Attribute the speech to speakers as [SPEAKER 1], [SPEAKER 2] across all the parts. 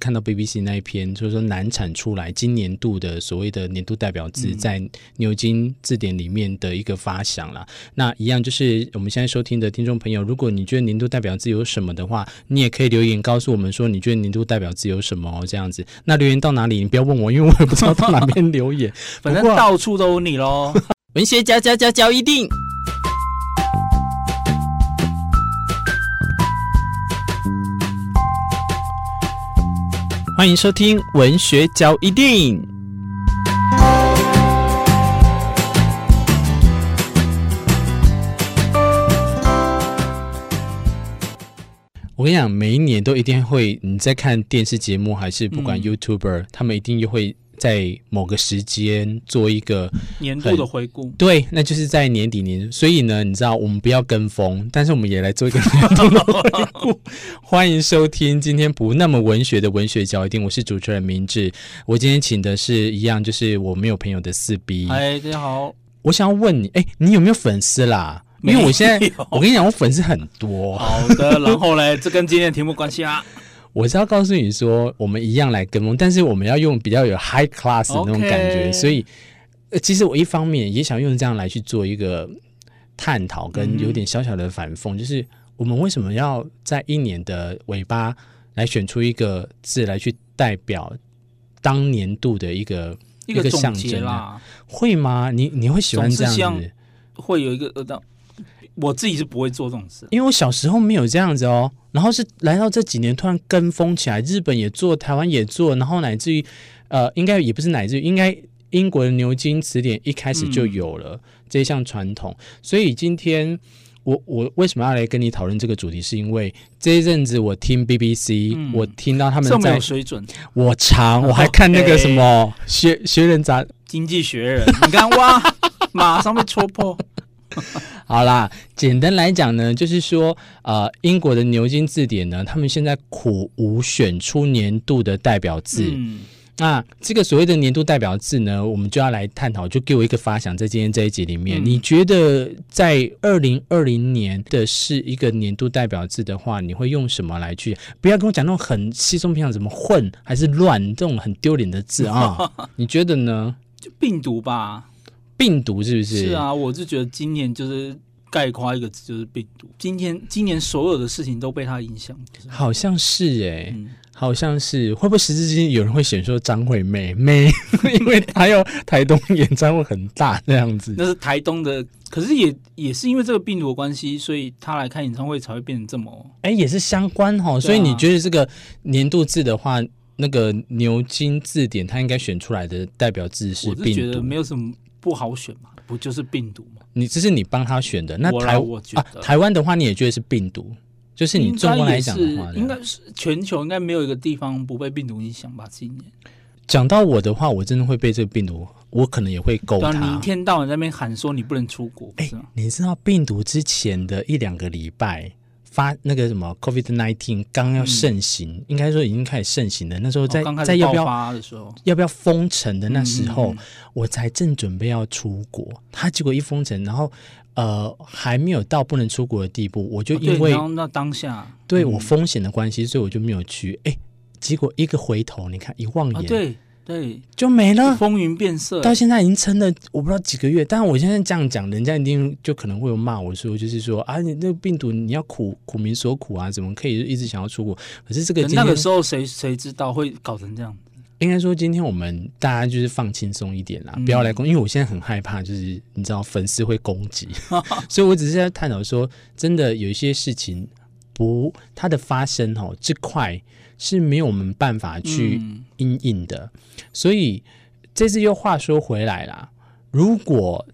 [SPEAKER 1] 看到 BBC 那一篇，就是说难产出来今年度的所谓的年度代表字在牛津字典里面的一个发想啦。那一样就是我们现在收听的听众朋友，如果你觉得年度代表字有什么的话，你也可以留言告诉我们说你觉得年度代表字有什么、哦、这样子。那留言到哪里？你不要问我，因为我也不知道到哪边留言。
[SPEAKER 2] 反正
[SPEAKER 1] 不过
[SPEAKER 2] 到处都有你 喽。
[SPEAKER 1] 文学家家家教一定。欢迎收听《文学交一定》。我跟你讲，每一年都一定会，你在看电视节目还是不管
[SPEAKER 2] 嗯
[SPEAKER 1] YouTuber，、他们一定又会在某个时间做一个
[SPEAKER 2] 年度的回顾，
[SPEAKER 1] 对，那就是在年底年，所以呢，你知道我们不要跟风，但是我们也来做一个 年度的回顾。欢迎收听今天不那么文学的文学角一定，我是主持人明志。我今天请的是一样，就是我没有朋友的四 B。
[SPEAKER 2] 哎，大家好，
[SPEAKER 1] 我想要问你，哎，你有没有粉丝啦？因为我现在
[SPEAKER 2] 没有，
[SPEAKER 1] 我跟你讲，我粉丝很多。
[SPEAKER 2] 好的。然后嘞，这跟今天的题目关 系啊。
[SPEAKER 1] 我是要告诉你说，我们一样来跟风，但是我们要用比较有 high class 的那种
[SPEAKER 2] OK
[SPEAKER 1] 感觉。所以，呃，其实我一方面也想用这样来去做一个探讨，跟有点小小的反讽，就是我们为什么要在一年的尾巴来选出一个字来去代表当年度的一个
[SPEAKER 2] 一
[SPEAKER 1] 一
[SPEAKER 2] 个
[SPEAKER 1] 个
[SPEAKER 2] 总
[SPEAKER 1] 象
[SPEAKER 2] 结
[SPEAKER 1] 征啊
[SPEAKER 2] 啦，
[SPEAKER 1] 会吗？你你会喜欢这样
[SPEAKER 2] 总是
[SPEAKER 1] 子？
[SPEAKER 2] 会有一个呃，但我自己是不会做这种事。
[SPEAKER 1] 因为我小时候没有这样子哦，然后是来到这几年突然跟风起来，日本也做，台湾也做，然后乃至于呃，应该也不是乃至于，应该英国的牛津词典一开始就有了、
[SPEAKER 2] 嗯
[SPEAKER 1] 这项传统，所以今天。我我为什么要来跟你讨论这个主题？是因为这一阵子我听 BBC，、
[SPEAKER 2] 嗯
[SPEAKER 1] 我听到他们
[SPEAKER 2] 这么
[SPEAKER 1] 在
[SPEAKER 2] 有哦水准，《
[SPEAKER 1] 我常我还看那个什么学学人杂
[SPEAKER 2] 经济学人》，你看 哇，马上被戳破。
[SPEAKER 1] 好啦，简单来讲呢，就是说，呃，英国的牛津字典呢，他们现在苦无选出年度的代表字。
[SPEAKER 2] 嗯，
[SPEAKER 1] 那这个所谓的年度代表字呢，我们就要来探讨，就给我一个发想，在今天这一集里面，
[SPEAKER 2] 嗯
[SPEAKER 1] 你觉得在二零二零年的是一个年度代表字的话，你会用什么来去？不要跟我讲那种很稀松平常，什么混还是乱这种很丢脸的字 啊？你觉得呢？
[SPEAKER 2] 就病毒吧。
[SPEAKER 1] 病毒是不是？
[SPEAKER 2] 是，啊，我就觉得今年就是概括一个字，就是病毒。今天今年所有的事情都被它影响。不是吗
[SPEAKER 1] 好像是哎、
[SPEAKER 2] 嗯，
[SPEAKER 1] 好像是会不会时至今日有人会选说张惠妹妹， 因为她有台东演唱会很大这样子。
[SPEAKER 2] 那是台东的，可是也也是因为这个病毒的关系，所以他来看演唱会才会变成这么。
[SPEAKER 1] 哎、也是相关哈、啊所以你觉得这个年度字的话，那个牛津字典它应该选出来的代表字是
[SPEAKER 2] 我是觉
[SPEAKER 1] 病
[SPEAKER 2] 得
[SPEAKER 1] 毒，
[SPEAKER 2] 没有什么不好选嘛，不就是病毒嘛？
[SPEAKER 1] 你这是你帮他选的。那
[SPEAKER 2] 我啦
[SPEAKER 1] 台
[SPEAKER 2] 我觉
[SPEAKER 1] 啊
[SPEAKER 2] 得，
[SPEAKER 1] 台湾的话你也觉得是病毒，就是你纵观来讲的话呢，
[SPEAKER 2] 应该是全球应该没有一个地方不被病毒影响吧？今年，
[SPEAKER 1] 讲到我的话，我真的会被这个病毒，我可能也会勾
[SPEAKER 2] 对
[SPEAKER 1] 它。
[SPEAKER 2] 啊，你一天到晚在那边喊说你不能出国，不
[SPEAKER 1] 哦哎
[SPEAKER 2] 是吗？
[SPEAKER 1] 你知道病毒之前的一两个礼拜发那个什么 COVID nineteen 刚要盛行，应该说已经开始盛行了。那时候在、
[SPEAKER 2] 嗯哦刚开
[SPEAKER 1] 在
[SPEAKER 2] 始
[SPEAKER 1] 要
[SPEAKER 2] 爆
[SPEAKER 1] 不要
[SPEAKER 2] 发的时候，
[SPEAKER 1] 要不要封城的那时候，
[SPEAKER 2] 嗯嗯
[SPEAKER 1] 我才正准备要出国，他结果一封城，然后呃还没有到不能出国的地步，我就
[SPEAKER 2] 哦
[SPEAKER 1] 因
[SPEAKER 2] 对
[SPEAKER 1] 为
[SPEAKER 2] 然后那当下，
[SPEAKER 1] 对
[SPEAKER 2] 嗯
[SPEAKER 1] 我风险的关系，所以我就没有去。哎，结果一个回头，你看一望
[SPEAKER 2] 啊，
[SPEAKER 1] 眼、
[SPEAKER 2] 对对，
[SPEAKER 1] 就没了。
[SPEAKER 2] 风云变色，
[SPEAKER 1] 哎到现在已经撑了我不知道几个月，但我现在这样讲，人家一定就可能会有骂我说，就是说啊，你那个病毒你要苦苦民所苦啊，怎么可以一直想要出国？可是这个
[SPEAKER 2] 可
[SPEAKER 1] 今
[SPEAKER 2] 那
[SPEAKER 1] 天
[SPEAKER 2] 个时候谁谁知道会搞成这样？
[SPEAKER 1] 应该说今天我们大家就是放轻松一点啦，
[SPEAKER 2] 嗯
[SPEAKER 1] 不要来攻，因为我现在很害怕，就是你知道粉丝会攻 击，所以我只是在探讨说，真的有一些事情不它的发生哦之快是没有我们办法去、
[SPEAKER 2] 嗯
[SPEAKER 1] 阴影的。所以这次又话说回来啦，如果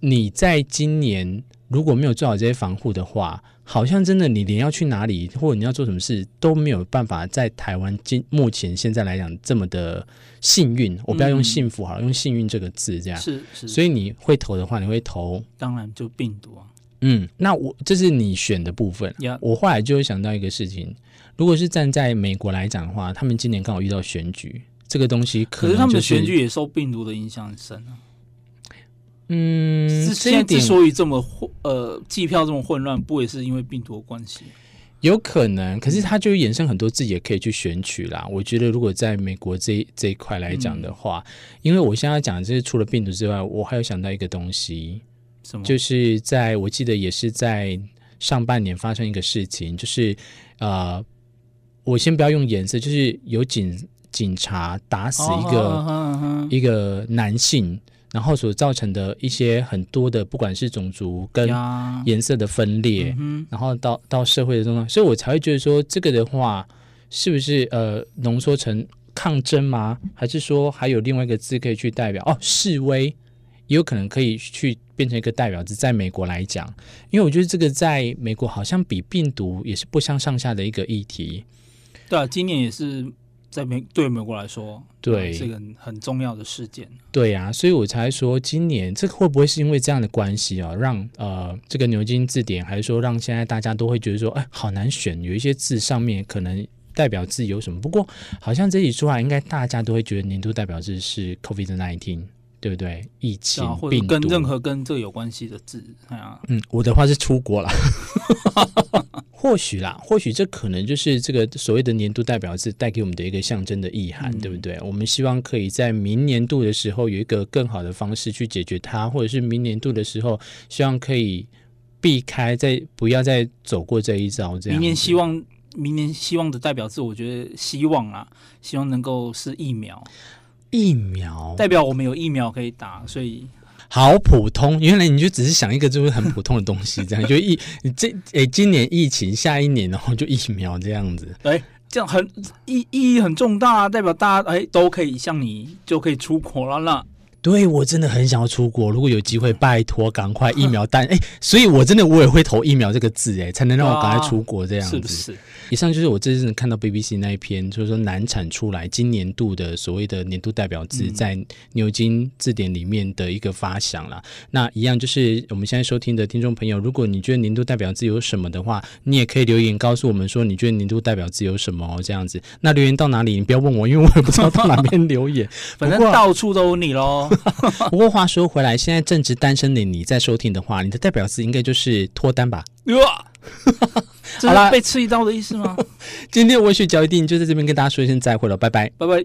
[SPEAKER 1] 你在今年如果没有做好这些防护的话，好像真的你连要去哪里或者你要做什么事都没有办法在台湾今目前现在来讲这么的幸运。我不要用
[SPEAKER 2] 嗯
[SPEAKER 1] 幸福好了，用幸运这个字这样。
[SPEAKER 2] 是是，
[SPEAKER 1] 所
[SPEAKER 2] 以
[SPEAKER 1] 以你会投的话，你会投
[SPEAKER 2] 当然就病毒啊，
[SPEAKER 1] 嗯，那我这是你选的部分。
[SPEAKER 2] Yeah
[SPEAKER 1] 我后来就会想到一个事情，如果是站在美国来讲的话，他们今年刚好遇到选举，这个东西可
[SPEAKER 2] 可
[SPEAKER 1] 能、就是
[SPEAKER 2] 他们的选，举也受病毒的影响很深啊。
[SPEAKER 1] 嗯，
[SPEAKER 2] 之
[SPEAKER 1] 这
[SPEAKER 2] 现在
[SPEAKER 1] 一嗯
[SPEAKER 2] 之
[SPEAKER 1] 点
[SPEAKER 2] 所以这么混，呃，计票这么混乱，不也是因为病毒的关系？
[SPEAKER 1] 有可能，可是它就衍生很多自己也可以去选取啦。我觉得如果在美国这一这一块来讲
[SPEAKER 2] 嗯
[SPEAKER 1] 的话，因为我现在讲的就是除了病毒之外，我还有想到一个东西，
[SPEAKER 2] 什么？
[SPEAKER 1] 就是在我记得也是在上半年发生一个事情，就是呃，我先不要用颜色，就是有警警察打死一个、
[SPEAKER 2] 哦嗯嗯嗯
[SPEAKER 1] 一个男性，然后所造成的一些很多的，不管是种族跟
[SPEAKER 2] 呀
[SPEAKER 1] 颜色的分裂，
[SPEAKER 2] 嗯
[SPEAKER 1] 然后到到社会的状况，所以我才会觉得说，这个的话是不是呃浓缩成抗争吗？还是说还有另外一个字可以去代表？哦，示威也有可能可以去变成一个代表字，在美国来讲，因为我觉得这个在美国好像比病毒也是不相上下的一个议题。
[SPEAKER 2] 哼，对啊，今年也是在美对美国来说，啊
[SPEAKER 1] 对
[SPEAKER 2] 是一个很很重要的事件。
[SPEAKER 1] 对呀、所以我才说今年这个会不会是因为这样的关系啊，让呃这个牛津字典，还是说让现在大家都会觉得说，哎，好难选，有一些字上面可能代表字有什么？不过好像这一出来，应该大家都会觉得年度代表字是 COVID nineteen，对不对？疫情、
[SPEAKER 2] 对啊，或者
[SPEAKER 1] 病毒。
[SPEAKER 2] 跟任何跟这个有关系的字，哎呀，
[SPEAKER 1] 嗯，我的话是出国啦， 或许啦，或许这可能就是这个所谓的年度代表字带给我们的一个象征的意涵，
[SPEAKER 2] 嗯
[SPEAKER 1] 对不对？我们希望可以在明年度的时候有一个更好的方式去解决它，或者是明年度的时候，希望可以避开再不要再走过这一招。这样子，
[SPEAKER 2] 明年希望，明年希望的代表字，我觉得希望啊，希望能够是疫苗，
[SPEAKER 1] 疫苗
[SPEAKER 2] 代表我们有疫苗可以打，所以
[SPEAKER 1] 好普通，原来你就只是想一个就是很普通的东西，这样就疫你这诶、今年疫情，下一年然后就疫苗这样子。
[SPEAKER 2] 这样很意意义很重大、啊，代表大家哎都可以像你就可以出国了啦。
[SPEAKER 1] 对我真的很想要出国，如果有机会，
[SPEAKER 2] 嗯
[SPEAKER 1] 拜托赶快疫苗单哎、所以我真的我也会投疫苗这个字哎、才能让我赶快出国这样子。
[SPEAKER 2] 是不是？
[SPEAKER 1] 以上就是我这次看到 BBC 那一篇，就是说难产出来今年度的所谓的年度代表字，
[SPEAKER 2] 嗯
[SPEAKER 1] 在牛津字典里面的一个发想啦。那一样就是我们现在收听的听众朋友，如果你觉得年度代表字有什么的话，你也可以留言告诉我们说你觉得年度代表字有什么、哦、这样子。那留言到哪里？你不要问我，因为我也不知道到哪边留言。
[SPEAKER 2] 反正
[SPEAKER 1] 不过
[SPEAKER 2] 到处都有你 喽。
[SPEAKER 1] 不过话说回来，现在正值单身的你在收听的话，你的代表词应该就是脱单吧。
[SPEAKER 2] 哇，这
[SPEAKER 1] 好啦
[SPEAKER 2] 是被刺一刀的意思吗？
[SPEAKER 1] 今天我许角一定就在这边跟大家说一声再会了，拜拜。
[SPEAKER 2] 拜拜。